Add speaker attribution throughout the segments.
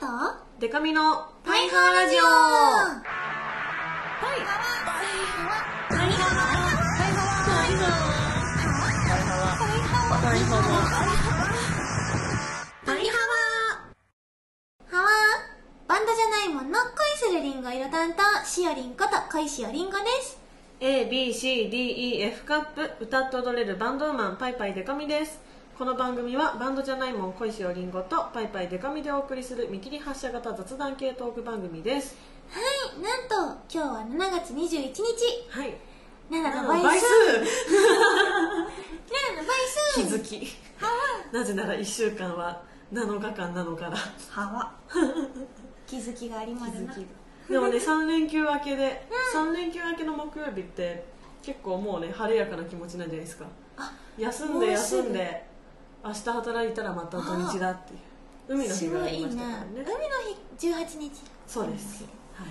Speaker 1: と
Speaker 2: デカミのパイハーラジオパイ
Speaker 1: パリハワハワバンドじゃないもの恋するリンゴ色担当しおりんこと恋しおりんごです
Speaker 2: ABCDEF カップ歌って踊れるバンドウーマンパイパイデカミですこの番組はバンドじゃないもん恋しおりんごとパイパイデカミでお送りする見切り発車型雑談系トーク番組です
Speaker 1: はいなんと今日は7月21日
Speaker 2: はい
Speaker 1: 7の
Speaker 2: 倍
Speaker 1: 倍
Speaker 2: 数
Speaker 1: 数7の倍数
Speaker 2: 気づき
Speaker 1: ハワ
Speaker 2: なぜなら1週間は7日間なのから
Speaker 1: ハワ 気づきがありますな
Speaker 2: でもね3連休明けで、3連休明けの木曜日って結構もうね晴れやかな気持ちなんじゃないですか
Speaker 1: あ
Speaker 2: 休ん
Speaker 1: もうす
Speaker 2: で
Speaker 1: ぐ
Speaker 2: 休んで明日働いたらまた土日だっていう海の日
Speaker 1: す
Speaker 2: が
Speaker 1: ご
Speaker 2: あり
Speaker 1: い
Speaker 2: ましたから
Speaker 1: な海
Speaker 2: ね
Speaker 1: の日18日
Speaker 2: そうです、はい、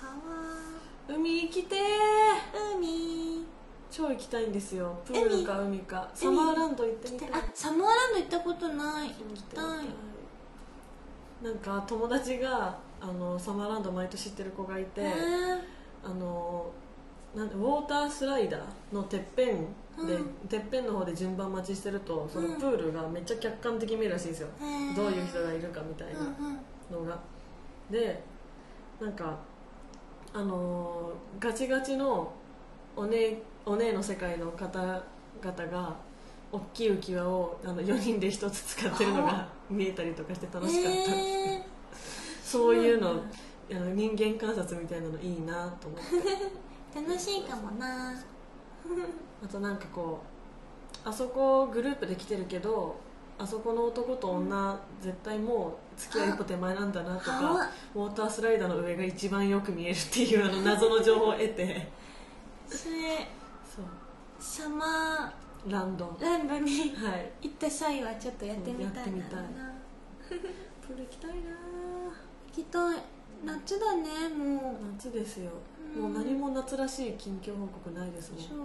Speaker 1: ハワ
Speaker 2: 海行きてー
Speaker 1: 海
Speaker 2: 超行きたいんですよプールか海かサマーランド行ってみたい
Speaker 1: あサモアランド行ったことない行
Speaker 2: 行
Speaker 1: き
Speaker 2: き
Speaker 1: た
Speaker 2: たい
Speaker 1: い
Speaker 2: なんか友達があのサマーランド毎年行ってる子がいて、
Speaker 1: へー
Speaker 2: あのなんウォータースライダーのてっぺんで、
Speaker 1: うん
Speaker 2: てっぺんの方で順番待ちしてるとその
Speaker 1: うん
Speaker 2: プールがめっちゃ客観的に見えるらしいんですよ、
Speaker 1: へー
Speaker 2: どういう人がいるかみたい
Speaker 1: うんうん
Speaker 2: なのが、でなんかあのーガチガチのお姉お姉の世界の方々が大きい浮き輪をあの4人で1つ使ってるのが見えたりとかして楽しかった、
Speaker 1: へ
Speaker 2: そういうのあの人間観察みたいなのいいなと思って。
Speaker 1: ー楽しいかもな
Speaker 2: あとなんかこうあそこグループで来てるけどあそこの男と女、絶対もう付き合い一歩手前なんだなとか
Speaker 1: あ
Speaker 2: ウォータースライダーの上が一番よく見えるっていうあの謎の情報を得て
Speaker 1: それ
Speaker 2: そう
Speaker 1: サマ
Speaker 2: ランドは
Speaker 1: ーランドに
Speaker 2: い
Speaker 1: 行った際はちょっとやってみたいな
Speaker 2: やって みたい
Speaker 1: な
Speaker 2: プール行きたいな
Speaker 1: 行きたい夏だねもう
Speaker 2: 夏ですよ、
Speaker 1: うん
Speaker 2: もう何も夏らしい近況報告ないですね
Speaker 1: そう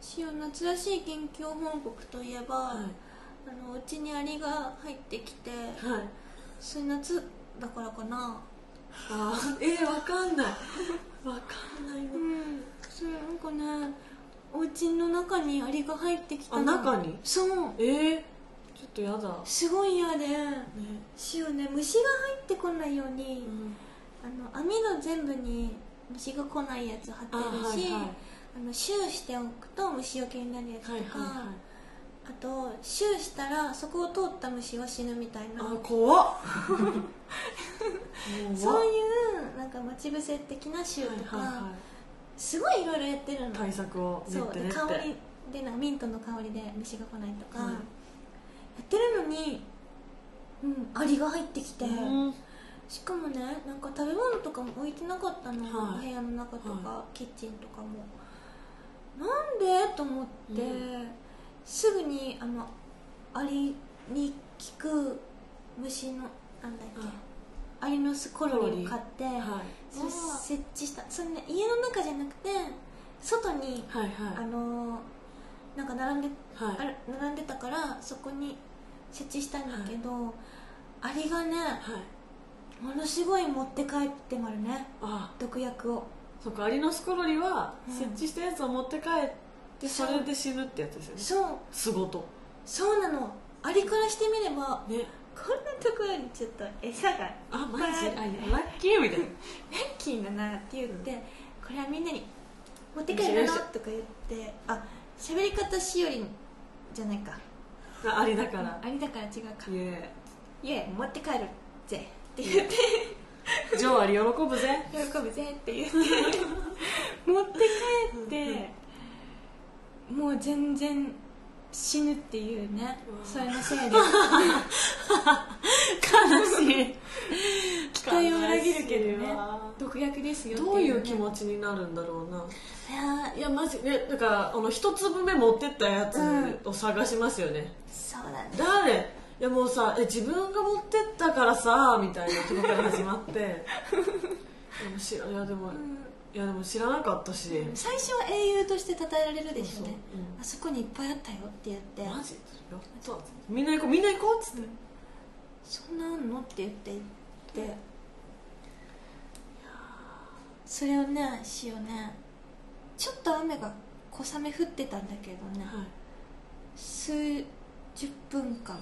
Speaker 1: しお夏らしい研究報告といえば、
Speaker 2: は
Speaker 1: あのうちにアリが入ってきて
Speaker 2: い、はい、
Speaker 1: それ夏だからかな
Speaker 2: あー えー、わかんないわかんないうなん
Speaker 1: それなんかねお家の中にアリが入ってきたの
Speaker 2: あ中に
Speaker 1: そう
Speaker 2: えー、ちょっとやだ
Speaker 1: すごい嫌で
Speaker 2: ね、
Speaker 1: しおね虫が入ってこないよう
Speaker 2: う
Speaker 1: に、
Speaker 2: ん、
Speaker 1: あの網の全部に虫が来ないやつ貼って
Speaker 2: あーは
Speaker 1: る
Speaker 2: い
Speaker 1: しあ,、
Speaker 2: はい
Speaker 1: のシューしておくと虫除けになるやつと
Speaker 2: はいはい
Speaker 1: か、
Speaker 2: はい
Speaker 1: あとシューしたらそこを通った虫は死ぬみたいな
Speaker 2: あ怖 っ
Speaker 1: そう
Speaker 2: う
Speaker 1: いうなんか待ち伏せ的なシューとか、すごいいろいろやってるの
Speaker 2: 対策を練
Speaker 1: そ
Speaker 2: っ
Speaker 1: う
Speaker 2: て
Speaker 1: で
Speaker 2: 練って
Speaker 1: 香りでなんかミントの香りで虫が来ないとか、
Speaker 2: はい
Speaker 1: やってるのにうんアリが入ってきて、
Speaker 2: うん
Speaker 1: しかもねなんか食べ物とかも置いてなかったの、
Speaker 2: はい
Speaker 1: お部屋の中とか、
Speaker 2: は
Speaker 1: キッチンとかもなんでと思って、
Speaker 2: うん
Speaker 1: すぐにあのアリに効く虫のなんだっけ、アリの巣コロリを買って、
Speaker 2: はいはい
Speaker 1: それ設置したそれね家の中じゃなくて外に、
Speaker 2: はい
Speaker 1: あ
Speaker 2: は
Speaker 1: のーなんか並んで、
Speaker 2: いはい
Speaker 1: ある並んでたからそこに設置したんだけど、アリがね
Speaker 2: はい
Speaker 1: ものすごい持って帰ってまるね
Speaker 2: あ
Speaker 1: 毒薬を
Speaker 2: そっかアリのスコロリは
Speaker 1: うん
Speaker 2: 設置したやつを持って帰って
Speaker 1: そ
Speaker 2: そうれで死ぬってやつですよね
Speaker 1: そう
Speaker 2: 巣ごと
Speaker 1: そうなのアリからしてみれば
Speaker 2: ね
Speaker 1: こんなところにちょっと餌がラッ
Speaker 2: あマジ
Speaker 1: はい
Speaker 2: あいやラッキーみたいな
Speaker 1: キーだなって言って、これはみんなに持って帰
Speaker 2: よ
Speaker 1: る
Speaker 2: い
Speaker 1: な
Speaker 2: しょ
Speaker 1: とか言ってあ喋り方しおりんじゃないか
Speaker 2: あアリだから
Speaker 1: アリだから違うか
Speaker 2: いえ
Speaker 1: いえ持って帰るぜって言って
Speaker 2: ジョーアリ喜ぶぜ
Speaker 1: 喜ぶぜって言って 持って帰ってもう全然死ぬっていうね
Speaker 2: うわ
Speaker 1: それの せいで
Speaker 2: 悲しい
Speaker 1: 期待を裏切るけど
Speaker 2: 悲しい
Speaker 1: ね
Speaker 2: わ
Speaker 1: 毒薬ですよって
Speaker 2: どういう気
Speaker 1: ね
Speaker 2: 持ちになるんだろうな
Speaker 1: や
Speaker 2: い
Speaker 1: ー
Speaker 2: いやマジねなんかあの一粒目持ってったやつ
Speaker 1: うん
Speaker 2: を探しますよね、
Speaker 1: そうだね
Speaker 2: 誰いやもうさえ自分が持ってったからさみたいなとこから始まって でも知らいやでも、いやでも知らなかったし、
Speaker 1: うん最初は英雄として称えられるでしょうね
Speaker 2: そうそううん
Speaker 1: あそこにいっぱいあったよって言って
Speaker 2: マジやったみんな行こうみんな行こうっつって、
Speaker 1: そんなあんのって言って行っってそれをねしよねちょっと雨が小雨降ってたんだけどね、
Speaker 2: はい
Speaker 1: 数十分間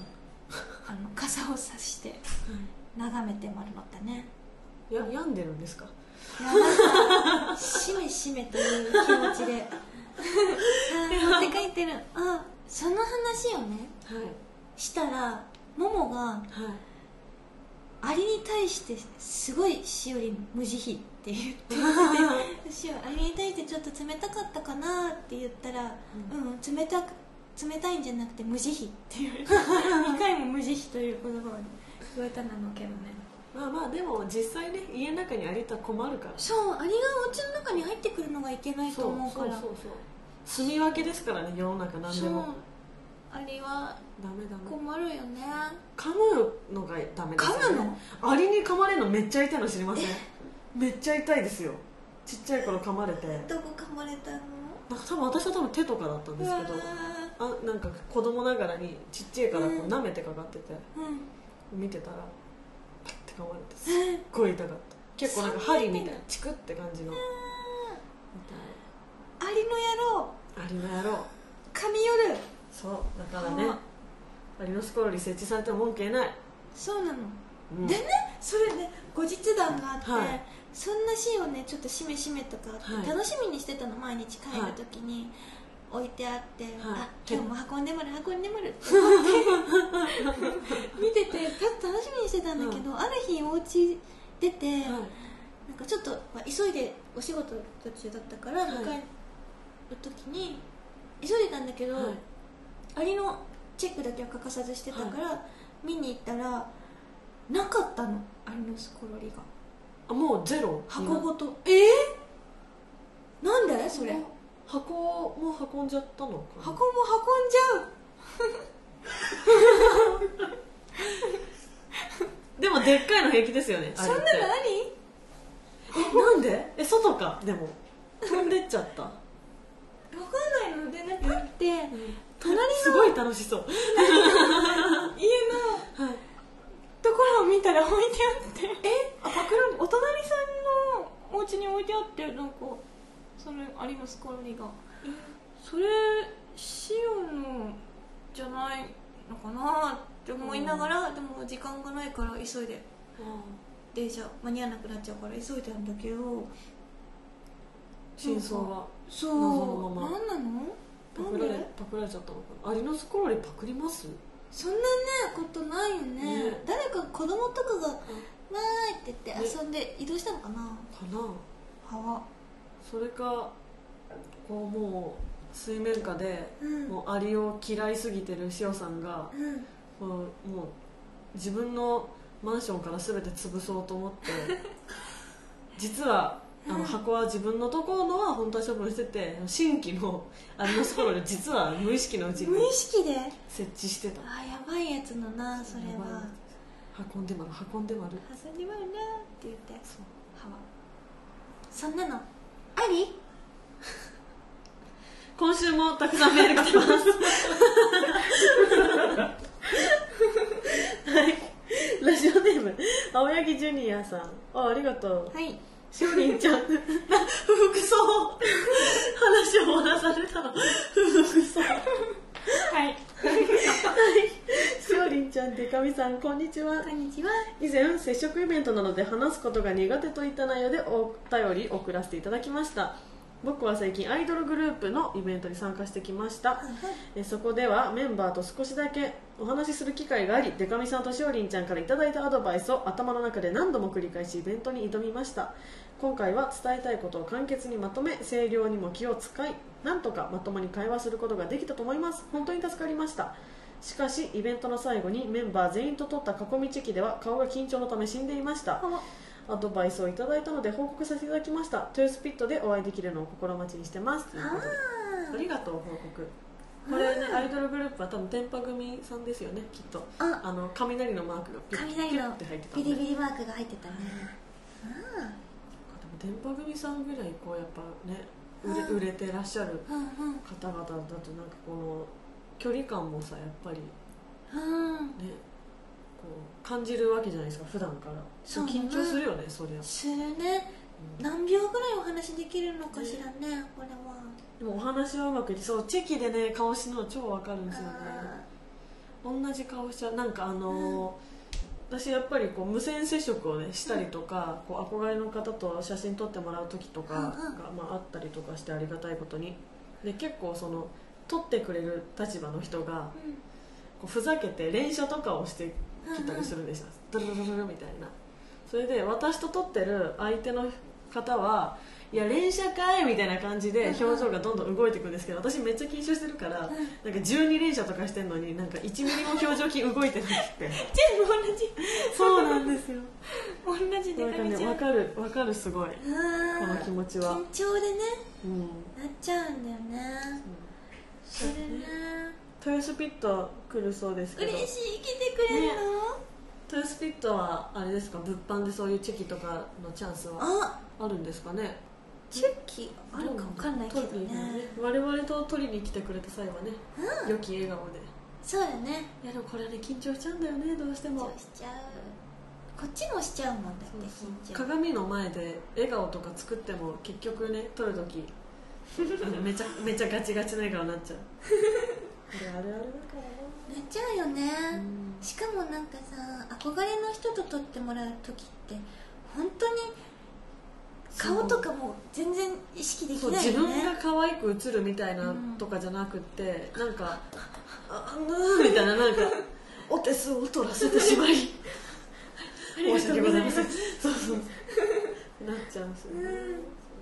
Speaker 1: あ の傘を差して眺めてまるまった ね
Speaker 2: や病んでるんですか
Speaker 1: いやなんかしめしめという気持ち であー持って帰ってるあその話をね
Speaker 2: はい
Speaker 1: したらももが
Speaker 2: はい
Speaker 1: アリに対してすごいしおり無慈悲って言って私はアリに対してちょっと冷たかったかなって言ったら「うん冷たく冷たいんじゃなくて無慈悲」って言われて2回も無慈悲という言葉を言われたんだろうけどね
Speaker 2: まあまあでも実際ね家の中にありたら困るから
Speaker 1: そうアリがお家の中に入ってくるのがいけないと思うから
Speaker 2: そうそうそう住み分けですからね世の中何でも
Speaker 1: そうアリは
Speaker 2: ダメダメ
Speaker 1: 困るよね
Speaker 2: 噛むのがダメですよね
Speaker 1: 噛むの
Speaker 2: アリに噛まれるのめっちゃ痛いの知りませんめっちゃ痛いですよちっちゃい頃噛まれてなんか
Speaker 1: どこ噛まれたの
Speaker 2: 多分私は多分手とかだったんですけどあなんか子供ながらにちっちゃいからこ
Speaker 1: う
Speaker 2: うん舐めてかかってて
Speaker 1: うん
Speaker 2: 見てたらパッて噛まれてす っごい痛かった結構なんか針みたいなチクって感じの痛い
Speaker 1: アリの野郎
Speaker 2: アリの野郎
Speaker 1: 噛み寄る
Speaker 2: そうだからね
Speaker 1: あ
Speaker 2: アリのスコロに設置されても文句言えない、
Speaker 1: そうなの
Speaker 2: うん
Speaker 1: でねそれね後日談があって、
Speaker 2: はい
Speaker 1: そんなシーンをねちょっとしめしめとか、
Speaker 2: はい
Speaker 1: 楽しみにしてたの毎日帰る時に置いてあって、あ今日も運んでもる運んでもるって思って 見てて楽しみにしてたんだけど、ある日お家出て、
Speaker 2: はい
Speaker 1: なんかちょっと、まあ、急いでお仕事途中だったから
Speaker 2: はい
Speaker 1: 迎える時に、急いでたんだけど、
Speaker 2: はい
Speaker 1: アリのチェックだけは欠かさずしてたから、見に行ったらなかったのアリのスコロリが
Speaker 2: あもうゼロ
Speaker 1: 箱ごとええなんでそれ
Speaker 2: もう箱も運んじゃったのか
Speaker 1: 箱
Speaker 2: な
Speaker 1: も運んじゃう
Speaker 2: でもでっかいの平気ですよね
Speaker 1: そんなの
Speaker 2: あれって
Speaker 1: 何
Speaker 2: えなんでえ外かでも飛んでっちゃった
Speaker 1: わかんないのでねパッて家の隣の
Speaker 2: すごい楽しそうはい
Speaker 1: ところを見たら置いてあってえあパクらお隣さんのお家に置いてあってなんかそのアリのスコロリがそれシオンのじゃないのかなって思いながら、でも時間がないから急いで電車間に合わなくなっちゃうから急いでたんだけど
Speaker 2: 真相は
Speaker 1: そ
Speaker 2: 謎の
Speaker 1: う
Speaker 2: まま
Speaker 1: なんな
Speaker 2: パ
Speaker 1: のな
Speaker 2: ク
Speaker 1: ん
Speaker 2: られ
Speaker 1: で
Speaker 2: パクられちゃったのかなアリのスコロリパクります
Speaker 1: そんなねことないよね
Speaker 2: ね
Speaker 1: 誰か子供とかが「わーい」って言って遊んで移動したのかな
Speaker 2: かな
Speaker 1: はわ
Speaker 2: それかこうもう水面下で
Speaker 1: うん
Speaker 2: もうアリを嫌いすぎてる塩さんが
Speaker 1: うん
Speaker 2: こうもう自分のマンションから全て潰そうと思って 実はあ
Speaker 1: う
Speaker 2: の
Speaker 1: ん
Speaker 2: 箱は自分のところのは本当は処分してて新規のアリのスコロで実は無意識のうち
Speaker 1: 無
Speaker 2: に
Speaker 1: 意識で
Speaker 2: 設置してた
Speaker 1: あーやばいやつのなそれは
Speaker 2: 運んでまる運んでまる
Speaker 1: 遊んでまうなって言って
Speaker 2: そう
Speaker 1: はわそんなのあり
Speaker 2: 今週もたくさんメールが来てますはいラジオネーム青柳ジュニアさんあありがとう
Speaker 1: はい
Speaker 2: しおりんちゃん、な、不服そう。話を終わらされたの。不服そう。
Speaker 1: はい
Speaker 2: しおりんちゃん、でかみさん、こんにちは
Speaker 1: こ。んにちは
Speaker 2: 以前、接触イベントなどで話すことが苦手といった内容でお便り送らせていただきました。僕は最近アイドルグループのイベントに参加してきました。えそこではメンバーと少しだけお話しする機会がありでかみさんとしおりんちゃんからいただいたアドバイスを頭の中で何度も繰り返しイベントに挑みました今回は伝えたいことを簡潔にまとめ声量にも気を使いなんとかまともに会話することができたと思います本当に助かりましたしかしイベントの最後にメンバー全員と撮った囲みチェキでは顔が緊張のため死んでいました
Speaker 1: はわ
Speaker 2: アドバイスをいただいたので報告させていただきましたトゥースピットでお会いできるのを心待ちにしてますということでありがとう報告これねアイドルグループは多分天パ組さんですよねきっと
Speaker 1: あーあ
Speaker 2: あの雷のマークがピュッピュッ
Speaker 1: 雷
Speaker 2: ピュッ
Speaker 1: の
Speaker 2: って入ってた
Speaker 1: ビ
Speaker 2: んで
Speaker 1: リ
Speaker 2: でも
Speaker 1: ビリマークが入ってたね
Speaker 2: 天パ組さんぐらいこうやっぱね
Speaker 1: う
Speaker 2: 売
Speaker 1: ん
Speaker 2: れ売れてらっしゃる
Speaker 1: うん
Speaker 2: 方々だとなんかこの距離感もさやっぱりね
Speaker 1: うんうん
Speaker 2: こう感じるわけじゃないですか普段から
Speaker 1: そう
Speaker 2: 緊張するよねそりゃ、
Speaker 1: するね
Speaker 2: うん
Speaker 1: 何秒ぐらいお話できるのかしらねこれは
Speaker 2: でもお話はうまくいってそうチェキでね顔してるの超わかるんですよね
Speaker 1: あ
Speaker 2: 同じ顔しちゃうなんかあのー私やっぱりこう無線接触をねしたりとか、こう憧れの方と写真撮ってもらう時とかが、
Speaker 1: うんうん
Speaker 2: まあ、あったりとかしてありがたいことにで結構その撮ってくれる立場の人が
Speaker 1: ーうん
Speaker 2: こうふざけて連写とかをして
Speaker 1: うん
Speaker 2: きたりするんですよ、ドゥルルルルルみたいなそれで私と撮ってる相手の方はいや連写かいみたいな感じで表情がどんどん動いていくんですけど私めっちゃ緊張してるからなんか12連写とかしてるのになんか1ミリも表情筋動いてなくて
Speaker 1: 全部同じ
Speaker 2: そうなんですよ
Speaker 1: 同じ
Speaker 2: な
Speaker 1: で
Speaker 2: ん
Speaker 1: か
Speaker 2: か
Speaker 1: み
Speaker 2: ね
Speaker 1: ちゃ
Speaker 2: わ
Speaker 1: ん
Speaker 2: かるわかるすごいこの気
Speaker 1: 緊
Speaker 2: 持ちは、
Speaker 1: 張でね
Speaker 2: うん、
Speaker 1: なっちゃうんだよねそれね
Speaker 2: 豊洲ピット来るそうですけど
Speaker 1: 嬉しい来てくれるの
Speaker 2: 豊洲ピットはあれですか物販でそういうチェキとかのチャンスは
Speaker 1: あ
Speaker 2: あるんですかね
Speaker 1: チュッキあるかわかんないけど
Speaker 2: 取りに
Speaker 1: ね
Speaker 2: 我々と取りに来てくれた際はね、良き笑顔で
Speaker 1: そうだね
Speaker 2: いやでもこれね緊張しちゃうんだよねどうして
Speaker 1: 緊張
Speaker 2: も
Speaker 1: しちゃうこっちもしちゃうもんだって緊張
Speaker 2: 鏡の前で笑顔とか作っても結局ね撮るときめちゃめちゃガチガチの笑顔になっち ゃうこれあるあるだ
Speaker 1: な
Speaker 2: から
Speaker 1: っちゃうよね
Speaker 2: な、
Speaker 1: しかもなんかさ憧れの人と撮ってもらう時って本当に顔とかも全然意識でき
Speaker 2: そう
Speaker 1: ない
Speaker 2: 自
Speaker 1: よ
Speaker 2: 分
Speaker 1: ね
Speaker 2: が可愛く映るみたいなとかじゃなくって、なんか「ああぬ」みたいな なんか「お手数を取らせてしまい申し訳ございません」そうそうなっちゃうんですよね、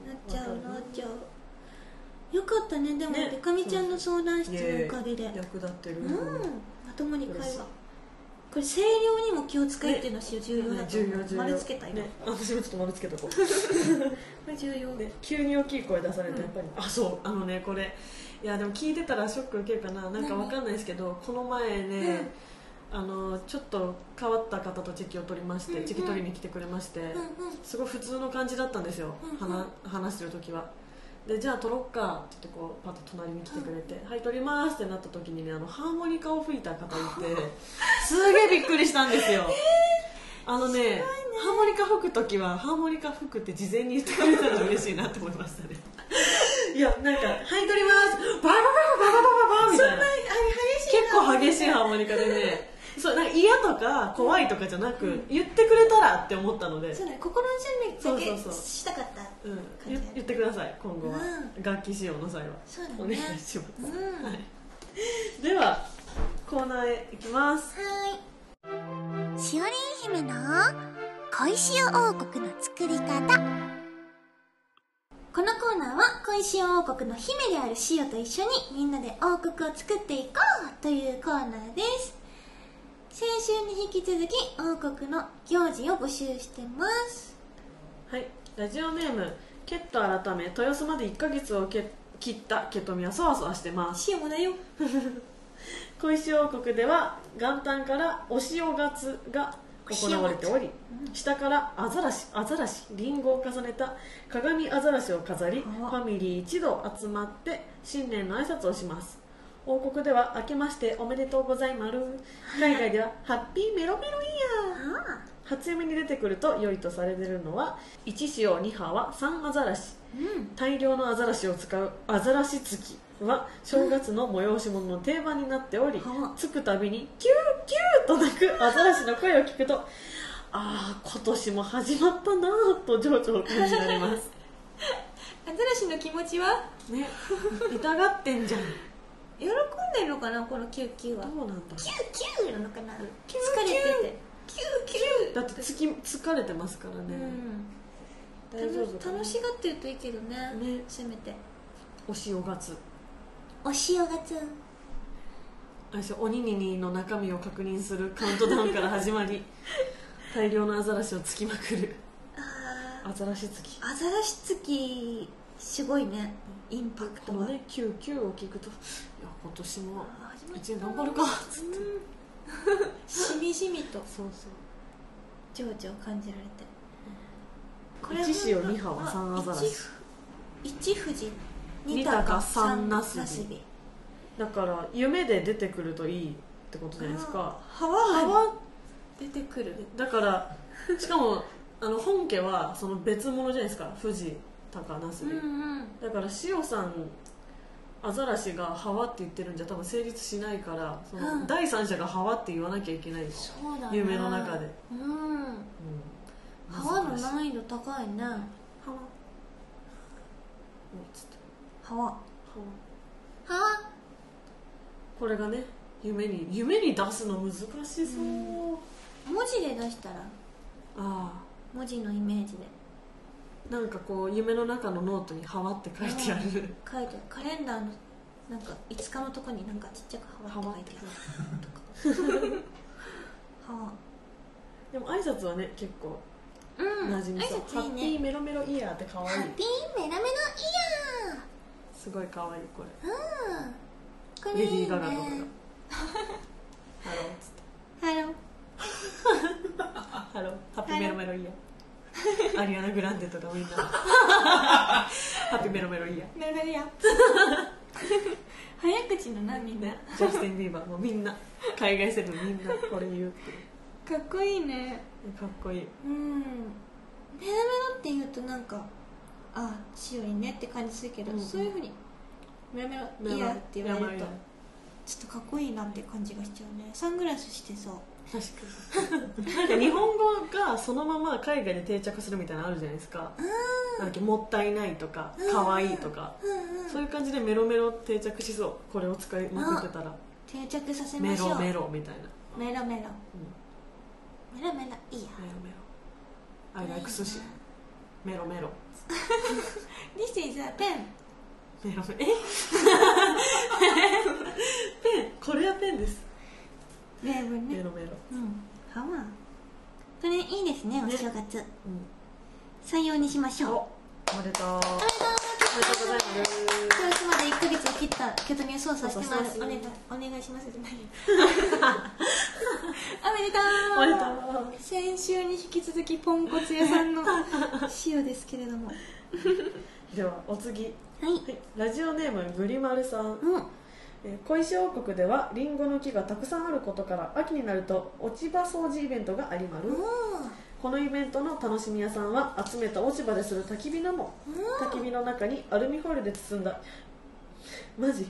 Speaker 1: なっちゃう
Speaker 2: わ
Speaker 1: なっ
Speaker 2: かる
Speaker 1: ちゃうよかったねでも
Speaker 2: ね
Speaker 1: でかみちゃんの相談室のおかげで
Speaker 2: 役立ってる、
Speaker 1: うんまともに会
Speaker 2: 嬉しい
Speaker 1: 話これ声量にも気を使えっていうのは重要だと
Speaker 2: 重
Speaker 1: 思
Speaker 2: 要
Speaker 1: う
Speaker 2: 重要
Speaker 1: 丸つけた今
Speaker 2: ね、私もちょっと丸つけとこう
Speaker 1: これ重要
Speaker 2: ね、急に大きい声出されてやっぱり、あそうあのねこれいやでも聞いてたらショック受けるかななんかわかんないですけどこの前ね、あのちょっと変わった方とチェキを取りまして、
Speaker 1: うんうん
Speaker 2: チェキ取りに来てくれまして、
Speaker 1: うんうん
Speaker 2: すごい普通の感じだったんですよ、
Speaker 1: うんうん
Speaker 2: 話話してる時はでじゃあ取ろっかって言ってこうパッと隣に来てくれて「はい取ります」ってなった時にねあのハーモニカを吹いた方いてすげえびっくりしたんですよ、あのねハーモニカ吹く時はハーモニカ吹くって事前に言ってくれたら嬉しいなと思いましたねいやなんか「はい取ります」バラバラバラバラバラみたいな結構激しいハーモニカでねそうなんか嫌とか怖いとかじゃなく、言ってくれたらって思ったので、
Speaker 1: そうだね心の準備
Speaker 2: そう
Speaker 1: だ
Speaker 2: そ
Speaker 1: け
Speaker 2: うそう
Speaker 1: したかった
Speaker 2: うん、言言ってください今後は、
Speaker 1: う
Speaker 2: 楽器使用の際は
Speaker 1: そうだね
Speaker 2: お願いします、
Speaker 1: うん
Speaker 2: はいではコーナーへ行きます
Speaker 3: はい。しおりん姫の恋しお王国の作り方。
Speaker 1: このコーナーは小石王国の姫であるシオと一緒にみんなで王国を作っていこうというコーナーです先週に引き続き王国の行事を募集してます
Speaker 2: はいラジオネーム「ケット改め豊洲まで1ヶ月をけ切ったケトミはそわそわしてます」
Speaker 1: シオもだよ
Speaker 2: 小石王国では元旦からお塩がつが行われており下からアザラシアザラシリンゴを重ねた鏡アザラシを飾りフ
Speaker 1: あ
Speaker 2: ァミリー一同集まって新年の挨拶をします王国では明けましておめでとうございまる海外ではハッピーメロメロイヤー
Speaker 1: あ
Speaker 2: 初夢に出てくると良いとされてるのは1塩2葉は3アザラシ
Speaker 1: うん
Speaker 2: 大量のアザラシを使うアザラシつきは正月の催し物の定番になっており、
Speaker 1: はあ
Speaker 2: つくたびにキューキューと鳴くアザラシの声を聞くとああ今年も始まったなぁと情緒を感じられます
Speaker 1: アザラシの気持ちは
Speaker 2: ね痛がってんじゃん
Speaker 1: 喜んでるのかなこのキューキューは
Speaker 2: どうなんだ
Speaker 1: キューキューなのかな
Speaker 2: キュー
Speaker 1: 疲れててキューキ
Speaker 2: だ
Speaker 1: ュー
Speaker 2: ってつき疲れてますから
Speaker 1: う
Speaker 2: ね、
Speaker 1: ん
Speaker 2: 大丈夫
Speaker 1: 楽楽しがってるといいけどね
Speaker 2: ね
Speaker 1: せめて
Speaker 2: お塩がつ
Speaker 1: お塩がつ
Speaker 2: あれでしょおにににの中身を確認するカウントダウンから始 まり大量のアザラシをつきまくる
Speaker 1: あー
Speaker 2: アザラシつき
Speaker 1: アザラシつきすごいねインパク
Speaker 2: こ
Speaker 1: ト
Speaker 2: の
Speaker 1: は、
Speaker 2: ね「9」9を聞くと「いや今年も
Speaker 1: あー始まった
Speaker 2: 一年頑張るか」つって
Speaker 1: うんしみじみと
Speaker 2: そうそう
Speaker 1: 情緒を感じられて
Speaker 2: 一子を二羽は三アザラシ
Speaker 1: 一一富士
Speaker 2: 二鷹三なすび
Speaker 1: び
Speaker 2: だから夢で出てくるといいってことじゃないですか
Speaker 1: あー葉は
Speaker 2: 葉は
Speaker 1: 出てくる
Speaker 2: だからしかもあの本家はその別物じゃないですか富士高那
Speaker 1: う
Speaker 2: 須
Speaker 1: ん
Speaker 2: に、
Speaker 1: うん
Speaker 2: だから塩さんアザラシが「はわ」って言ってるんじゃ多分成立しないからその、
Speaker 1: うん
Speaker 2: 第三者が「はわ」って言わなきゃいけない、うん、
Speaker 1: そうだね
Speaker 2: 夢の中で
Speaker 1: うん川の
Speaker 2: 難しい
Speaker 1: 難易度高いね
Speaker 2: はわおつって
Speaker 1: 川は
Speaker 2: はわこれがね夢に夢に出すの難しそう、
Speaker 1: うん文字で出したら
Speaker 2: あ
Speaker 1: 文字のイメージで
Speaker 2: あなんかこう夢の中のノートに「はわ」って書いてある、
Speaker 1: 書いてカレンダーのなんか5日のとこになんかちっちゃく「はわ」って書いてあるはわ
Speaker 2: でも挨拶はね結構
Speaker 1: うん
Speaker 2: 馴
Speaker 1: 挨
Speaker 2: 染みそう、
Speaker 1: 拶いい
Speaker 2: ハッ
Speaker 1: ね
Speaker 2: ピーメロメロイヤーって可愛
Speaker 3: ハ
Speaker 2: い
Speaker 3: ッピーメラメロイヤー
Speaker 2: すごい可愛いこれ
Speaker 3: こ
Speaker 2: レ
Speaker 3: れ
Speaker 2: デ
Speaker 3: い
Speaker 2: ィ
Speaker 3: いね
Speaker 2: ー・ガガとかが 「ハロー」っつって
Speaker 1: ハロー
Speaker 2: 「ハロー」「ハッピーメロメロイヤー」アリアナ・グランデとかみん な「ハッピーメロメロイヤー
Speaker 1: メロメロ や早口のなみんな」
Speaker 2: ジャスティン・ビーバーもみんな海外セブンみんなこれ言うってい
Speaker 1: かっこいいね
Speaker 2: うかっこいい
Speaker 1: うんメラメラって言うとなんかあしおりねって感じするけど、
Speaker 2: うん
Speaker 1: そういうふうにメラメライヤーって言われるとちょっとかっこいいなって感じがしちゃうねサングラスしてそう
Speaker 2: 確かになんか日本語がそのまま海外で定着するみたいなのあるじゃないですかなんだっけもったいないとか
Speaker 1: うん
Speaker 2: 可愛いとか
Speaker 1: うんう
Speaker 2: そういう感じでメロメロ定着しそうこれを使いまくってたら
Speaker 1: 定着させま
Speaker 2: メ
Speaker 1: しょ
Speaker 2: ロ
Speaker 1: う
Speaker 2: メロみたいな
Speaker 1: メロメロ
Speaker 2: うん
Speaker 1: メロメロいいや
Speaker 2: メロメロ I like 寿司メロメロ
Speaker 1: This is a pen
Speaker 2: メロメロえペンこれはペンです
Speaker 1: 例文
Speaker 2: メ
Speaker 1: ね
Speaker 2: ロメロ
Speaker 1: うんハワーこれいいですねお正月、
Speaker 2: うん
Speaker 1: 採用にしましょう
Speaker 2: おおめでとうおめでとうございます
Speaker 1: 教室まで1ヶ月切った巨富を操作してもらう
Speaker 2: そうそ
Speaker 1: お
Speaker 2: うそう
Speaker 1: 願いお願いしますじゃないおめでとう
Speaker 2: おめでとう
Speaker 1: 先週に引き続きポンコツ屋さんの塩ですけれどもはい
Speaker 2: ではお次はい、ラジオネームグリマルさん、
Speaker 1: うん
Speaker 2: えー小石王国ではリンゴの木がたくさんあることから秋になると落ち葉掃除イベントがありまる、このイベントの楽しみ屋さんは集めた落ち葉でする焚き火のも、焚き火の中にアルミホイルで包んだマジ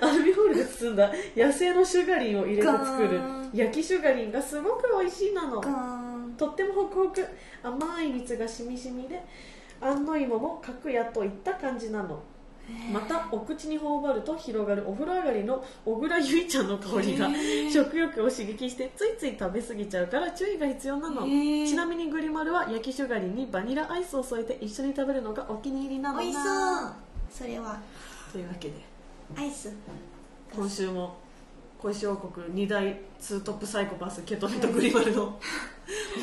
Speaker 2: アルミホイルで包んだ野生のシュガリンを入れて作る
Speaker 1: ガーン
Speaker 2: 焼きシュガリンがすごく美味しいなの
Speaker 1: ガーン
Speaker 2: とってもホクホク甘い蜜がしみしみで安納芋も角やといった感じなのまたお口に頬張ると広がるお風呂上がりの小倉唯ちゃんの香りが食欲を刺激してついつい食べ過ぎちゃうから注意が必要な
Speaker 1: へ
Speaker 2: の
Speaker 1: ー
Speaker 2: ちなみにグリマルは焼きシュガリンにバニラアイスを添えて一緒に食べるのがお気に入りなの
Speaker 1: 美味しそう
Speaker 2: な
Speaker 1: それは
Speaker 2: というわけで
Speaker 1: アイス
Speaker 2: 今週も小石王国2大ツートップサイコパスケトネとグリマルの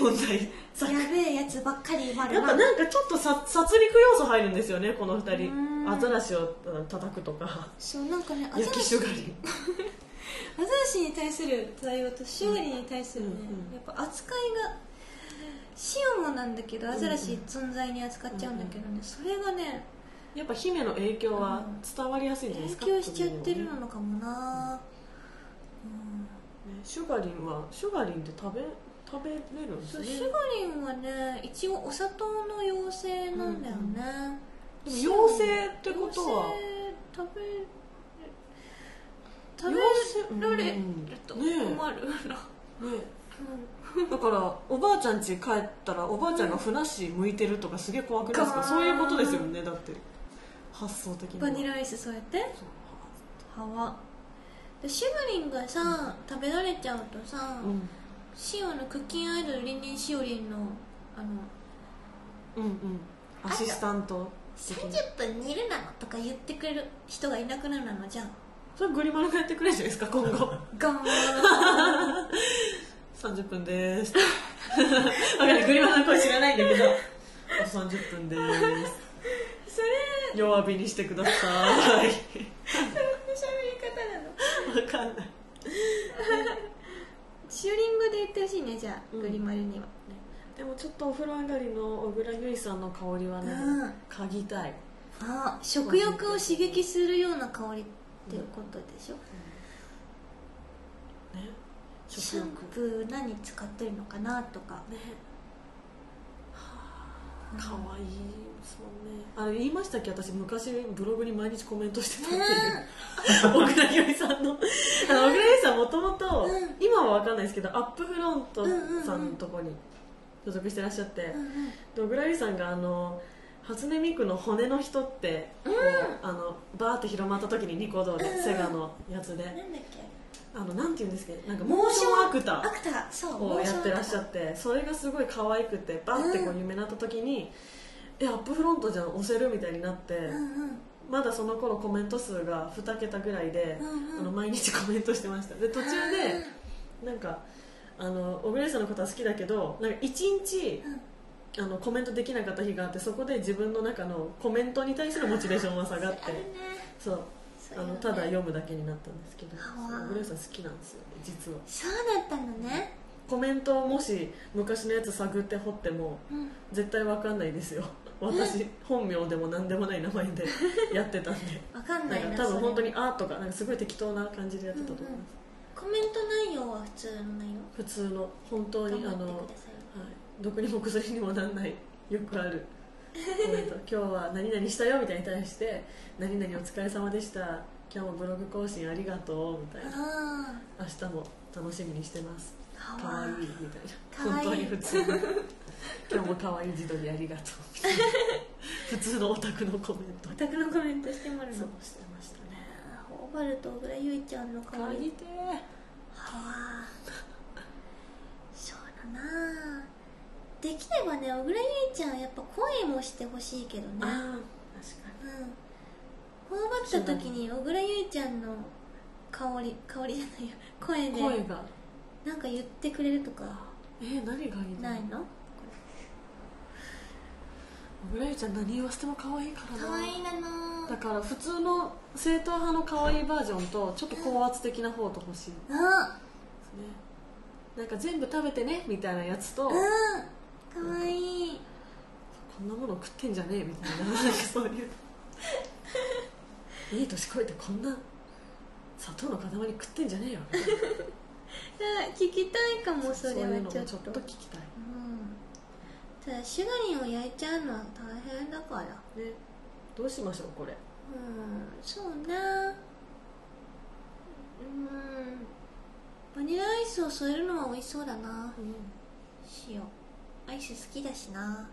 Speaker 2: 問題
Speaker 1: や
Speaker 2: 作
Speaker 1: べえやつばっかり生まれ
Speaker 2: やっぱなんかちょっとさ殺戮要素入るんですよねこの二
Speaker 1: う
Speaker 2: 人
Speaker 1: ん
Speaker 2: アザラシを叩くとか
Speaker 1: そうなんかねアザラ
Speaker 2: 焼きシ
Speaker 1: シ
Speaker 2: ュガリン
Speaker 1: アザラシに対する対応とシュガリに対するね、
Speaker 2: うんうん
Speaker 1: やっぱ扱いがシオンもなんだけどアザラシ存在に扱っちゃうんだけどね、それがね
Speaker 2: やっぱ姫の影響は伝わりやすいんじゃないですか、
Speaker 1: 影響しちゃってる
Speaker 2: ね
Speaker 1: のかもな、うん
Speaker 2: シュガリンはシュガリンって食べ食べれるんです
Speaker 1: そう
Speaker 2: ね
Speaker 1: シュガリンはね一応お砂糖の妖精なんだよね、
Speaker 2: でも妖精ってことは
Speaker 1: 妖精食べる
Speaker 2: 妖精
Speaker 1: 食べられ
Speaker 2: う
Speaker 1: る
Speaker 2: んね
Speaker 1: と困るな、
Speaker 2: えねえだからおばあちゃん家帰ったらおばあちゃんがふなっしー向いてるとかすげえ怖くないです
Speaker 1: ガ
Speaker 2: か
Speaker 1: ーン
Speaker 2: そういうことですよねだって発想的には
Speaker 1: バニラアイス添えて
Speaker 2: そう
Speaker 1: 歯はでシュブリンがさ食べられちゃうとさ、
Speaker 2: うん
Speaker 1: シオのクッキンアイドルリンリンシオリンのあの
Speaker 2: うんうんアシスタント的に
Speaker 1: 30分煮るなのとか言ってくれる人がいなくなるなのじゃん
Speaker 2: それグリマルがやってくれるじゃないですか今後
Speaker 1: ガン
Speaker 2: 30分でーすわかんないグリマルの声知らないんだけどあと30分でーす
Speaker 1: それ
Speaker 2: 弱火にしてください
Speaker 1: の喋り方なの
Speaker 2: わかんない
Speaker 1: シオリングで言ってほしいねじゃあ、
Speaker 2: うん
Speaker 1: グリマルには
Speaker 2: でもちょっとお風呂上がりの小倉唯さんの香りはね、
Speaker 1: うん
Speaker 2: 嗅ぎたい
Speaker 1: あ食欲を刺激するような香りっていうことでしょ、
Speaker 2: ね食
Speaker 1: シャン
Speaker 2: 欲
Speaker 1: プー何使ってるのかなとか
Speaker 2: ね可愛いですもんねあれ言いましたっけ私昔ブログに毎日コメントしてたっていう小倉由美さんのあの小倉由美さんもともと
Speaker 1: うん
Speaker 2: 今は分かんないですけどアップフロントさ
Speaker 1: うんうん
Speaker 2: ん
Speaker 1: うん
Speaker 2: のとこに所属してらっしゃって、
Speaker 1: うんうん
Speaker 2: で小倉由美さんがあの初音ミクの骨の人って、こうあのバーって広まった時にニコ動で、
Speaker 1: うんうん
Speaker 2: セガのやつで
Speaker 1: なんだっけ
Speaker 2: あのなんて言うんですかなんか
Speaker 1: モ
Speaker 2: モ
Speaker 1: ー
Speaker 2: ー
Speaker 1: シ
Speaker 2: シ
Speaker 1: ョ
Speaker 2: ョ
Speaker 1: ン
Speaker 2: ンアクター
Speaker 1: アクターそう
Speaker 2: をやってらっしゃ
Speaker 1: っ
Speaker 2: ってそれがすごい可愛くてバンってこ
Speaker 1: う
Speaker 2: う有名になった時に「えアップフロントじゃん押せる」みたいになって
Speaker 1: うんうん
Speaker 2: まだその頃コメント数が2桁ぐらいで
Speaker 1: うんうん
Speaker 2: あの毎日コメントしてましたで途中でなんかあの小倉さんのことは好きだけどなんか1日あのコメントできなかった日があってそこで自分の中のコメントに対するモチベーションは下がって
Speaker 1: あるね
Speaker 2: そう
Speaker 1: そう
Speaker 2: あ
Speaker 1: いう
Speaker 2: のただ読むだけになったんですけど
Speaker 1: あわ
Speaker 2: 小倉さん好きなんですよね実は。
Speaker 1: そうだったのね
Speaker 2: コメントをもし昔のやつ探って掘っても
Speaker 1: うん
Speaker 2: 絶対わかんな いですよ私本名でも何でもない名前でやってたんで
Speaker 1: わかんな
Speaker 2: ない
Speaker 1: なん
Speaker 2: か多分本当
Speaker 1: に
Speaker 2: に「あ」とかなんかすごい適当な感じでやってたと思います、
Speaker 1: コメント内容は普通の内容
Speaker 2: 普通の本当にあ
Speaker 1: 頑
Speaker 2: の、は
Speaker 1: 張
Speaker 2: い
Speaker 1: ってくださいよ、
Speaker 2: 毒にも薬にもなんないよくある コメント今日は何々したよみたいに対して「何々お疲れ様でした今日もブログ更新ありがとう」みたいな
Speaker 1: あ
Speaker 2: 「明日も楽しみにしてます」
Speaker 1: あか
Speaker 2: かわ
Speaker 1: わ
Speaker 2: いい
Speaker 1: いい
Speaker 2: みた
Speaker 1: か
Speaker 2: いな
Speaker 1: わいい
Speaker 2: 本当に普通の今日もかわいい自撮りあり がとうみたいな普通のオタクのコメント
Speaker 1: オタクのコメントしてもらう
Speaker 2: そ
Speaker 1: の
Speaker 2: うしてましたね
Speaker 1: あーオーバルと小倉優衣ちゃんの
Speaker 4: かわ
Speaker 1: 顔
Speaker 4: いいて
Speaker 1: はあそうだなあできればね小倉優衣ちゃんやっぱ声もしてほしいけどね
Speaker 2: あ
Speaker 1: うん頬張った時に小倉優衣ちゃんの香り香りじゃないよ声
Speaker 2: あ
Speaker 1: で
Speaker 2: 声が
Speaker 1: なんか言ってくれるとか
Speaker 2: えー、何がいいの
Speaker 1: ないの
Speaker 2: 小倉優ちゃん何言わせても可愛いからな
Speaker 1: 可愛いなの
Speaker 2: だから普通の正統派の可愛いバージョンとちょっと高圧的な方と欲しいですね
Speaker 1: あ
Speaker 2: なんか全部食べてねみたいなやつとこ
Speaker 1: うん可愛い
Speaker 2: んなもの食ってんじゃねえみたいななんかそういういい年こいてこんな砂糖の塊食ってんじゃねえよ
Speaker 1: あ聞きたいかもそれは
Speaker 2: いうのも
Speaker 1: ち
Speaker 2: ち
Speaker 1: ょ
Speaker 2: ょ
Speaker 1: っ
Speaker 2: っ
Speaker 1: と
Speaker 2: と聞きたい
Speaker 1: うんただシュガリンを焼いちゃうのは大変だから
Speaker 2: ねどうしましょうこれ
Speaker 1: うんそうねうんバニラアイスを添えるのは美味しそうだな塩アイス好きだしな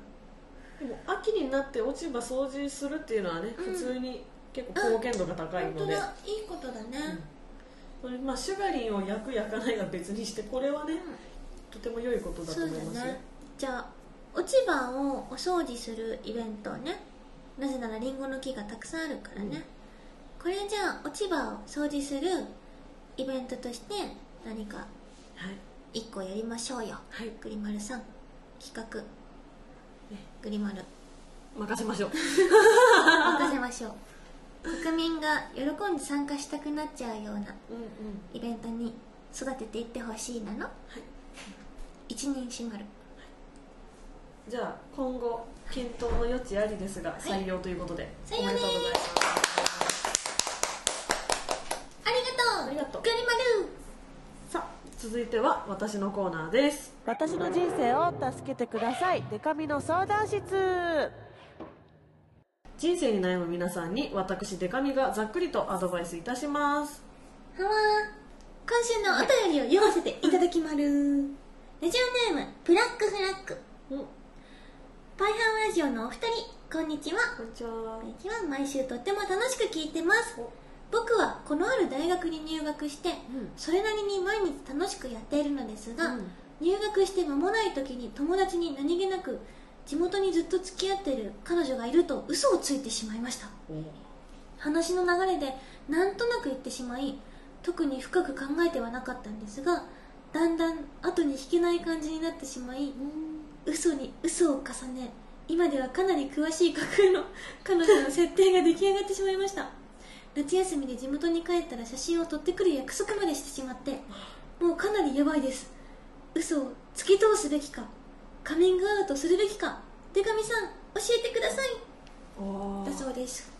Speaker 2: でも秋になって落ち葉掃除するっていうのはね、
Speaker 1: うん
Speaker 2: 普通に結構貢献度が高い
Speaker 1: 本
Speaker 2: の
Speaker 1: 当
Speaker 2: で、
Speaker 1: だいいことだね、
Speaker 2: これまあシュガリンを焼く焼かないは別にしてこれはね、
Speaker 1: ん
Speaker 2: とても良いことだと
Speaker 1: そ
Speaker 2: 思
Speaker 1: う
Speaker 2: います
Speaker 1: だ
Speaker 2: よ、
Speaker 1: ねじゃあ落ち葉をお掃除するイベントをねなぜならリンゴの木がたくさんあるからね、
Speaker 2: うん
Speaker 1: これじゃあ落ち葉を掃除するイベントとして何か
Speaker 2: はい
Speaker 1: 一個やりましょうよ
Speaker 2: はい
Speaker 1: グリマルさん企画グリマ ル
Speaker 2: 任せましょう
Speaker 1: 任せましょう国民が喜んで参加したくなっちゃうような
Speaker 2: うんうん
Speaker 1: イベントに育てていってほしいなの、一人シンガル
Speaker 2: じゃあ今後検討の余地ありですが採用ということで、
Speaker 1: 採用
Speaker 2: おめでとうございます
Speaker 1: ありがとう
Speaker 2: ありがとう
Speaker 1: グリマル
Speaker 2: さあ続いては私のコーナーです
Speaker 5: 私の人生を助けてくださいデカミの相談室
Speaker 2: 人生に悩む皆さんに私デカミがざっくりとアドバイスいたします
Speaker 1: はわ今週のお便りを読ませていただ きまるラジオネームブラックフラッグ
Speaker 2: うん
Speaker 1: パイハンラジオのお二人こんにちは
Speaker 2: こんにちは
Speaker 1: こんにちは毎週とっても楽しく聞いてます僕はこの春大学に入学して、
Speaker 2: ん
Speaker 1: それなりに毎日楽しくやっているのですが、
Speaker 2: うん
Speaker 1: 入学して間もない時に友達に何気なく地元にずっと付き合ってる彼女がいると嘘をついてしまいました話の流れでなんとなく言ってしまい特に深く考えてはなかったんですがだんだん後に引けない感じになってしまい嘘に嘘を重ね今ではかなり詳しい架空の 彼女の設定が出来上がってしまいました夏休みで地元に帰ったら写真を撮ってくる約束までしてしまってもうかなりやばいです嘘を突き通すべきかカミングアウトするべきか手紙さん教えてください
Speaker 2: お
Speaker 1: だ
Speaker 2: ー
Speaker 1: そうです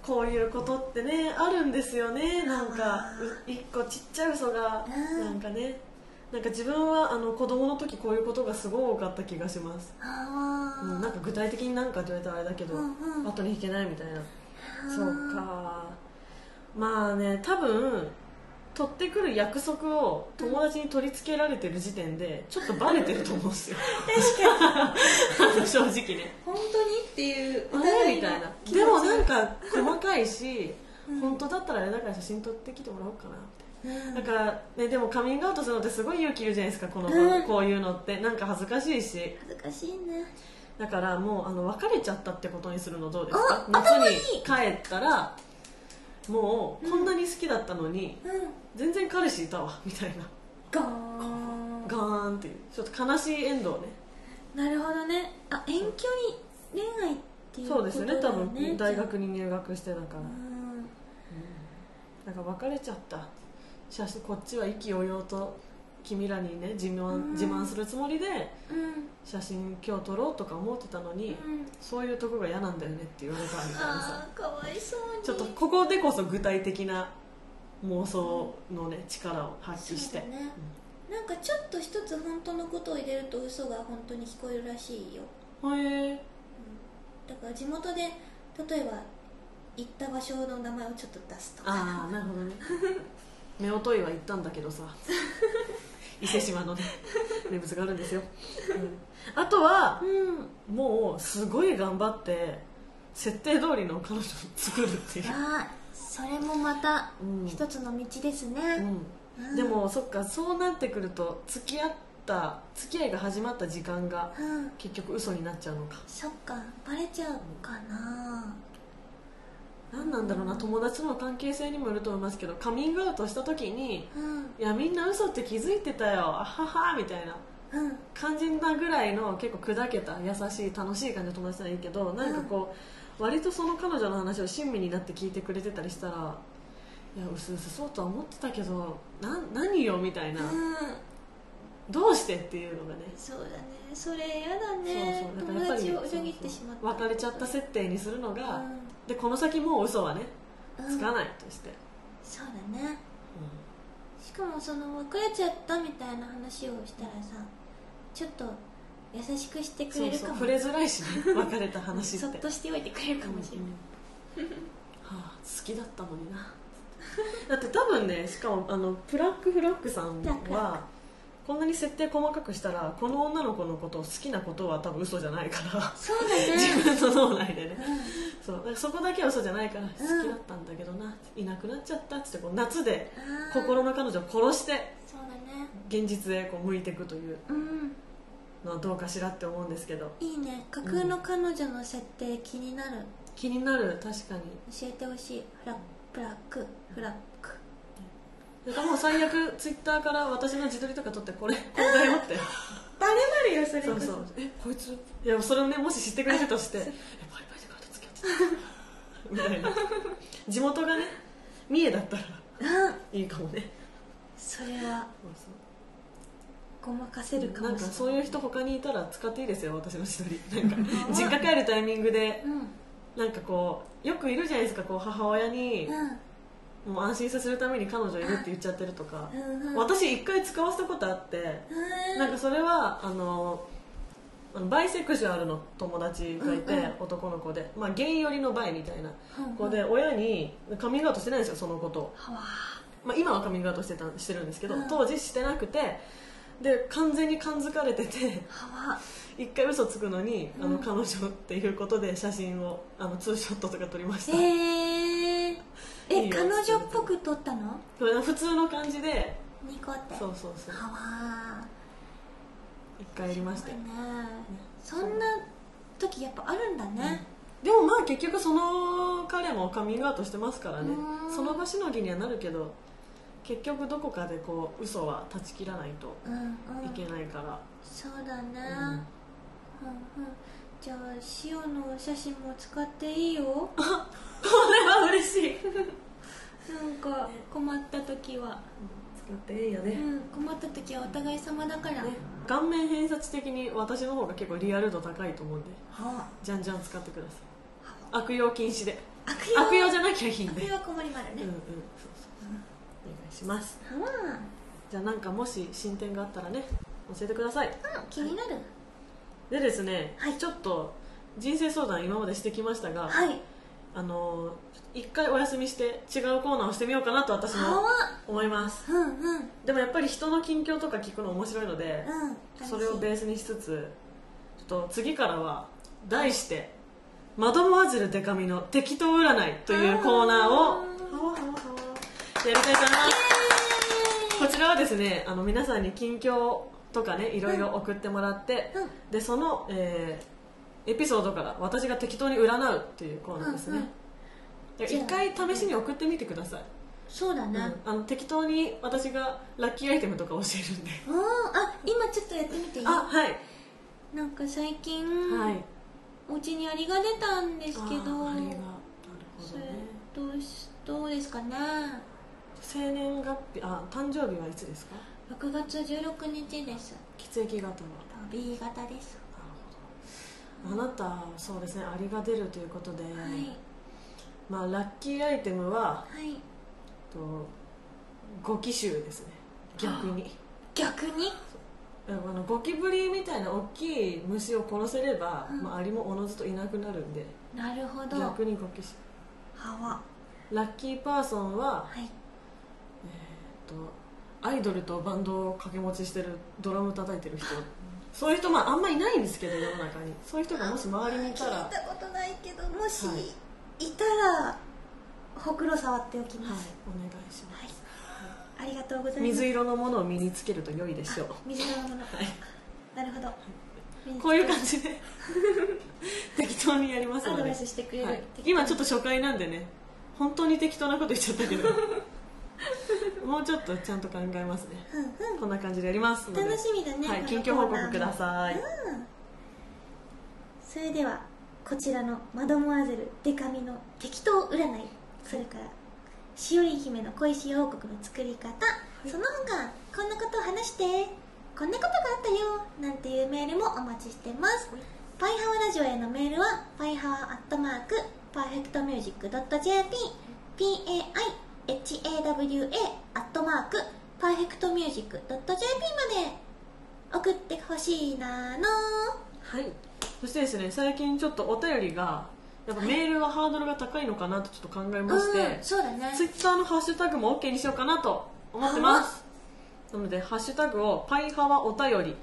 Speaker 2: こういうことってねあるんですよねなんかう一個ちっちゃい嘘が
Speaker 1: うん
Speaker 2: なんかねなんか自分はあの子供の時こういうことがすごい多かった気がします、
Speaker 1: あ
Speaker 2: うん、
Speaker 1: ー
Speaker 2: なんか具体的になんかって言われたらあれだけど、
Speaker 1: うんうん
Speaker 2: 後に引けないみたいなそうかまあね多分取ってくる約束を友達に取り付けられてる時点でちょっとバレてると思うんで すよ 確かに正直ね
Speaker 6: 本当にっていう
Speaker 2: あれみたいなでもなんか細か いし、本当だったらあれだから写真撮ってきてもらおうかなみたいな、だから、ね、でもカミングアウトするのってすごい勇気いるじゃないですかこの、
Speaker 1: うん
Speaker 2: こういうのってなんか恥ずかしいし
Speaker 1: 恥ずかしいね
Speaker 2: だからもうあの別れちゃったってことにするのどうですか
Speaker 1: あ
Speaker 2: 夏
Speaker 1: 頭いい
Speaker 2: に帰ったらもうこんなに好きだったのに、
Speaker 1: うん
Speaker 2: 全然彼氏いたわみたいな
Speaker 1: ガーン
Speaker 2: ガーンっていうちょっと悲しいエンドをね
Speaker 1: なるほどねあ遠距離恋愛っていうこ
Speaker 2: そ
Speaker 1: と
Speaker 2: う
Speaker 1: だ
Speaker 2: で
Speaker 1: よ
Speaker 2: すよ
Speaker 1: ね
Speaker 2: ね多分大
Speaker 1: う
Speaker 2: 学に入学してだから、
Speaker 1: ん
Speaker 2: なんか別れちゃった写真こっちは意気揚々と君らにね自慢自慢するつもりで
Speaker 1: うん
Speaker 2: 写真今日撮ろうとか思ってたのに、
Speaker 1: うん
Speaker 2: そういうとこが嫌なんだよねって言われたみたいなさ
Speaker 1: あーかわいそうに
Speaker 2: ちょっとここでこそ具体的な妄想のね力を発揮して、
Speaker 1: そうだねなんかちょっと一つ本当のことを入れると嘘が本当に聞こえるらしいよ
Speaker 2: うんへえ
Speaker 1: だから地元で例えば行った場所の名前をちょっと出すとか
Speaker 2: ああなるほどね夫婦岩行ったんだけ どさ伊勢志摩のね名物があるんですよ、うんあとは
Speaker 1: うん
Speaker 2: もうすごい頑張って設定通りの彼女を作るっていう、
Speaker 1: あーそれもまた
Speaker 2: うん
Speaker 1: 一つの道ですね、
Speaker 2: うん
Speaker 1: うん
Speaker 2: でもそっかそうなってくると付き合った付き合いが始まった時間が
Speaker 1: うん
Speaker 2: 結局嘘になっちゃうのか
Speaker 1: そっかバレちゃうかな
Speaker 2: 何なんだろうな友達との関係性にもよると思いますけどカミングアウトした時に
Speaker 1: うん
Speaker 2: 「いやみんな嘘って気づいてたよあはは」みたいな
Speaker 1: うん
Speaker 2: 肝心なぐらいの結構砕けた優しい楽しい感じの友達ならいいけどなんかこう、割とその彼女の話を親身になって聞いてくれてたりしたらいやうすうすそうとは思ってたけどな何よみたいな、
Speaker 1: うん
Speaker 2: どうしてっていうのがね
Speaker 1: そうだねそれやだね
Speaker 2: そうそうだから
Speaker 1: 友
Speaker 2: やっぱり
Speaker 1: 達を裏切ってしまった
Speaker 2: 別れちゃった設定にするのが、
Speaker 1: うん
Speaker 2: でこの先もう嘘はね
Speaker 1: うん
Speaker 2: つかないとして、
Speaker 1: そうだねしかもその別れちゃったみたいな話をしたらさちょっと優しくしてく
Speaker 2: そ
Speaker 1: れ
Speaker 2: う
Speaker 1: る
Speaker 2: そう
Speaker 1: かも
Speaker 2: 触れづらいしね別れた話って
Speaker 1: そっとしておいてくれるかもしれ ない、
Speaker 2: うんはあ、好きだったのになだって多分ねしかもあのブラックフラッグさん
Speaker 1: ブラックフラッ
Speaker 2: はこんなに設定細かくしたらこの女の子のことを好きなことは多分嘘じゃないから
Speaker 1: そうだね
Speaker 2: 自分の脳内でね、そうだからそこだけは嘘じゃないから好きだったんだけどな、いなくなっちゃったっつってこう夏で
Speaker 1: あー
Speaker 2: 心の彼女を殺して
Speaker 1: そうだね
Speaker 2: 現実へこう向いていくという
Speaker 1: うん
Speaker 2: のはどうかしらって思うんですけど
Speaker 1: いいね架空の彼女の設定気になる
Speaker 2: 気になる確かに
Speaker 1: 教えてほしいフラブラックフラック
Speaker 2: だからもう最悪ツイッターから私の自撮りとか撮ってこれこれだよって
Speaker 6: バレバレよそれ
Speaker 2: そうそうえこいついやそれをねもし知ってくれてたとしてえバリ バリで彼と付き合ってたみたいな地元がね三重だったら
Speaker 1: うん
Speaker 2: いいかもね
Speaker 1: それは
Speaker 2: そうそ
Speaker 1: ごまかせる
Speaker 2: う
Speaker 1: か
Speaker 2: な
Speaker 1: も
Speaker 2: ん
Speaker 1: し
Speaker 2: か
Speaker 1: れない
Speaker 2: そういう人他にいたら使っていいですよ私の自撮 りなんか実家帰るタイミングで
Speaker 1: うん
Speaker 2: なんかこうよくいるじゃないですかこう母親に
Speaker 1: うん
Speaker 2: もう安心させるために彼女いるって言っちゃってるとか
Speaker 1: うんうん
Speaker 2: 私一回使わせたことあって
Speaker 1: うん
Speaker 2: なんかそれはあのあのバイセクシュアルの友達がいて、男の子で、まあ、ゲイ寄りのバイみたいな子で親にカミングアウトしてないんですよそのことを、まあ、今はカミングアウトしてたしてるんですけど、当時してなくてで完全に感づかれてて 一回嘘つくのにあの彼女っていうことで写真をあのツーショットとか撮りました、
Speaker 1: えー、
Speaker 2: い
Speaker 1: え
Speaker 2: いよ
Speaker 1: 彼女っぽく撮ったの
Speaker 2: これ普通の感じで
Speaker 1: ニコって
Speaker 2: そうそうそう
Speaker 1: はわ
Speaker 2: 一回やりまし
Speaker 1: ー
Speaker 2: た
Speaker 1: い
Speaker 2: よ
Speaker 1: いねそんな時やっぱあるんだね、
Speaker 2: でもまあ結局その彼もカミングアウトしてますからね
Speaker 1: うん
Speaker 2: その場しのぎにはなるけど結局どこかでこう嘘は断ち切らないと
Speaker 1: うんうん
Speaker 2: いけないから、
Speaker 1: そうだね、
Speaker 2: うん
Speaker 1: うんうんじゃあ塩のお写真も使っていい よ
Speaker 2: これは嬉しい
Speaker 1: なんか困った時は、
Speaker 2: 使っていいよ
Speaker 1: う
Speaker 2: ね
Speaker 1: ん、困った時はお互い様だから、
Speaker 2: 顔面偏差値的に私の方が結構リアル度高いと思うんで
Speaker 1: は
Speaker 2: じゃんじゃん使ってください悪用禁止で
Speaker 1: あ悪
Speaker 2: 悪
Speaker 1: 用
Speaker 2: 用じゃなきゃいいんで
Speaker 1: 悪用は困りまる
Speaker 2: うん
Speaker 1: ね
Speaker 2: うんそうそうお願いします
Speaker 1: はあ
Speaker 2: じゃあなんかもし進展があったらね教えてください
Speaker 1: うん気になる
Speaker 2: でですね、
Speaker 1: はい
Speaker 2: ちょっと人生相談今までしてきましたが、
Speaker 1: はい
Speaker 2: あのー一回お休みして違うコーナーをしてみようかなと私
Speaker 1: はわ
Speaker 2: も思います
Speaker 1: うんうんうん
Speaker 2: でもやっぱり人の近況とか聞くの面白いので、それをベ
Speaker 1: 楽し
Speaker 2: ースにしつつちょっと次からは題して「マドモアゼルデカミの適当占い」というコーナーをやりたいと思いますこちらはですねあの皆さんに近況とかねいろいろ送ってもらって、
Speaker 1: うん
Speaker 2: でその、えーエピソードから私が適当に占うというコーナーですね、で
Speaker 1: じゃあ
Speaker 2: 一回試しに送ってみてください、
Speaker 1: そうだ
Speaker 2: うん
Speaker 1: な
Speaker 2: あの適当に私がラッキーアイテムとか教えるんで
Speaker 1: うんあ今ちょっとやってみていい
Speaker 2: あ はい、
Speaker 1: なんか最近
Speaker 2: はい
Speaker 1: お家にアリが出たんですけど
Speaker 2: あーあれがなるほ
Speaker 1: そ
Speaker 2: ど
Speaker 1: れ
Speaker 2: ね
Speaker 1: どうしどうですかね
Speaker 2: 生年月日あ誕生日はいつですか
Speaker 1: 6月16日です
Speaker 2: 血液型は
Speaker 1: B 型です
Speaker 2: あなたそうですねアリが出るということで、
Speaker 1: はい
Speaker 2: まあラッキーアイテムは
Speaker 1: はい
Speaker 2: とゴキ臭ですね逆に
Speaker 1: 逆に
Speaker 2: あのゴキブリみたいな大きい虫を殺せれば、
Speaker 1: うん
Speaker 2: まあ、アリもおのずといなくなるんで
Speaker 1: なるほどは
Speaker 2: 逆にゴキ臭
Speaker 1: わ
Speaker 2: ラッキーパーソンは、
Speaker 1: はい
Speaker 2: えっと、アイドルとバンドを掛け持ちしてるドラム叩いてる人そういう人まああんまいないんですけど世の中にそういう人がもし周りにいたら、はい、
Speaker 1: ことないけどもし
Speaker 2: はい
Speaker 1: いたらほくろ触っておき
Speaker 2: お願
Speaker 1: ます
Speaker 2: いしま
Speaker 1: はいありがとうござ
Speaker 2: す
Speaker 1: います
Speaker 2: 水色のものを身につけると良いでしょう
Speaker 1: 水のものなるほど
Speaker 2: こういう感じ で適当にやります
Speaker 1: ア
Speaker 2: の
Speaker 1: ド
Speaker 2: で、
Speaker 1: バイスしてくれる、
Speaker 2: はい今ちょっと初回なんでね本当に適当なこと言っちゃったけ どもうちょっとちゃんと考えますね
Speaker 1: うんうん
Speaker 2: こんな感じでやりますので
Speaker 1: 楽しみだね
Speaker 2: はい、
Speaker 1: この
Speaker 2: 近況報
Speaker 1: コーナー
Speaker 2: 告
Speaker 1: も
Speaker 2: ください
Speaker 1: それではこちらのマドモアゼルデカミの適当占いそれからしおり姫の恋し王国の作り方、その他こんなことを話してこんなことがあったよなんていうメールもお待ちしてます、パイハワラジオへのメールはパイハワアットマークパーフェクトミュージックドット JP PAIHAWA アットマークパーフェクトミュージックドット JP まで送ってほしいなの
Speaker 2: はい、そしてですね最近ちょっとお便りがやっぱメールはハードルが高いのかなとちょっと考えまして、
Speaker 1: うん、そうだね
Speaker 2: ツイッターのハッシュタグも OK にしようかなと思ってますなのでハッシュタグを「パイハワお便り」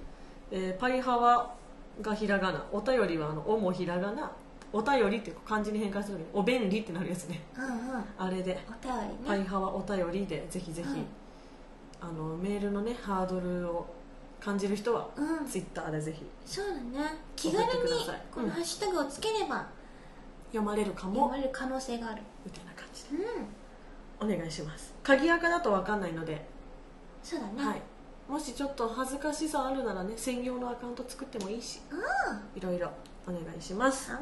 Speaker 2: えーパイハワ」がひらがなお便りはあの「お」もひらがなお便りっていう漢字に変換する時に「お便利」ってなるやつね
Speaker 1: うんうん
Speaker 2: あれで
Speaker 1: お便
Speaker 2: 「
Speaker 1: り
Speaker 2: パ
Speaker 1: ね、
Speaker 2: イハワお便り」でぜひぜひ、
Speaker 1: はい
Speaker 2: あのメールのねハードルを感じる人は
Speaker 1: うん
Speaker 2: ツイッターでぜひ
Speaker 1: そうだね気軽に
Speaker 2: 送ってください
Speaker 1: このハッシュタグをつければ
Speaker 2: 読まれるか
Speaker 1: 読
Speaker 2: も
Speaker 1: まれる可能性がある
Speaker 2: みたいな感じで
Speaker 1: うん
Speaker 2: お願いします鍵垢だと分かんないので、
Speaker 1: そうだね、
Speaker 2: はい、もしちょっと恥ずかしさあるならね専用のアカウント作ってもいいしいろいろお願いします
Speaker 1: あわ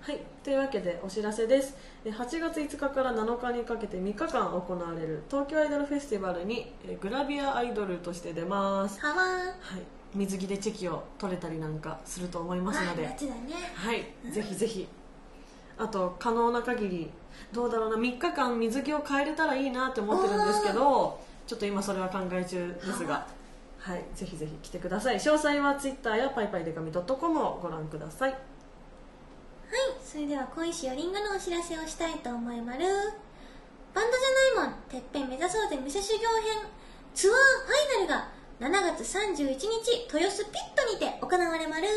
Speaker 2: はいというわけでお知らせですえ8月5日から7日にかけて3日間行われる東京アイドルフェスティバルにえグラビアアイドルとして出ます
Speaker 1: ーはわ
Speaker 2: はい水着でチェキを取れたりなんかすると思い
Speaker 1: ー
Speaker 2: ます
Speaker 1: ま
Speaker 2: の
Speaker 1: あ
Speaker 2: で
Speaker 1: 夏だね
Speaker 2: はい、ぜひぜひあと可能な限りどうだろうな3日間水着を変えれたらいいなって思ってるんですけどちょっと今それは考え中ですがはいぜひぜひ来てください詳細は Twitter やパイパイデカミ .com をご覧ください
Speaker 1: はいそれでは恋しよりんごのお知らせをしたいと思いまるバンドじゃないもんてっぺん目指そうぜ武者修行編ツアーファイナルが7月31日豊洲ピットにて行われまる、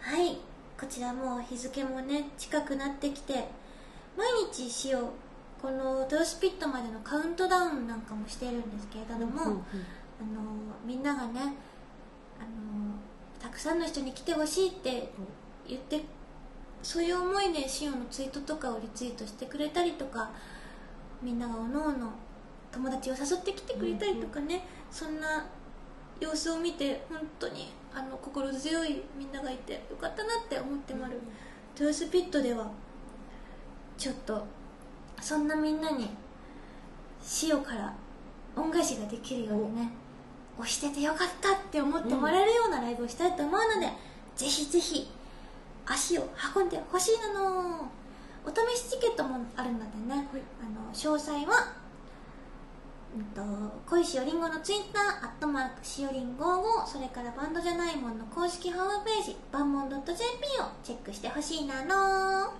Speaker 1: はいこちらもう日付もね近くなってきて毎日しようこの豊洲ピットまでのカウントダウンなんかもしてるんですけれども、
Speaker 2: うんう
Speaker 1: あの
Speaker 2: ん
Speaker 1: みんながねあのたくさんの人に来てほしいって言ってそういう思いでシオンのツイートとかをリツイートしてくれたりとかみんながおのおの友達を誘ってきてくれたりとかね、そんな様子を見て本当にあの心強いみんながいてよかったなって思ってまる、豊洲ピットではちょっとそんなみんなにシオから恩返しができるようにね押しててよかったって思ってもらえるようなライブをしたいと思うので、ぜひぜひ足を運んでほしいなのお試しチケットもあるのでね、あの詳細はうんと恋しおりんごのツイッターアットマークしおりんごをそれからバンドじゃないもんの公式ホームページバンモン .jp をチェックしてほしいなの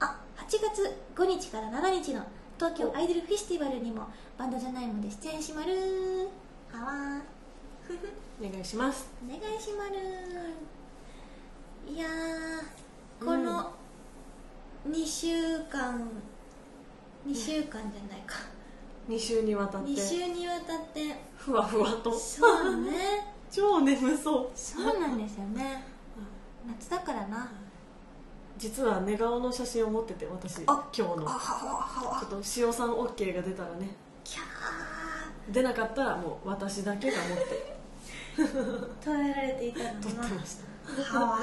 Speaker 1: あ8月5日から7日の東京アイドルフェスティバルにもバンドじゃないもんで出演しまるはわー
Speaker 2: お願いします
Speaker 1: お願いしまるいやーこの2週間、2週間じゃないか
Speaker 2: 2週にわたって
Speaker 1: 2週にわたって
Speaker 2: ふわふわと
Speaker 1: そうね
Speaker 2: 超眠そう
Speaker 1: そうなんですよね夏だからな
Speaker 2: 実は寝顔の写真を持ってて私今
Speaker 1: あ
Speaker 2: 日のちょ
Speaker 1: あははは
Speaker 2: っと塩さん OK が出たらね
Speaker 1: キャ
Speaker 2: 出なかったらもう私だけが持って
Speaker 1: ー捉えられていたの
Speaker 2: 撮っ
Speaker 1: な
Speaker 2: てました
Speaker 1: はわは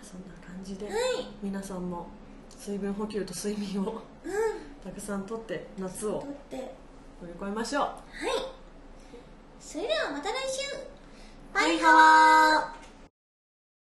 Speaker 2: そんな感じで
Speaker 1: い
Speaker 2: 皆さんも水分補給と睡眠をたくさんとって夏
Speaker 1: と
Speaker 2: を
Speaker 1: って
Speaker 2: 乗り越えましょう
Speaker 1: それではまた来週バイ
Speaker 2: バイ
Speaker 1: ハワー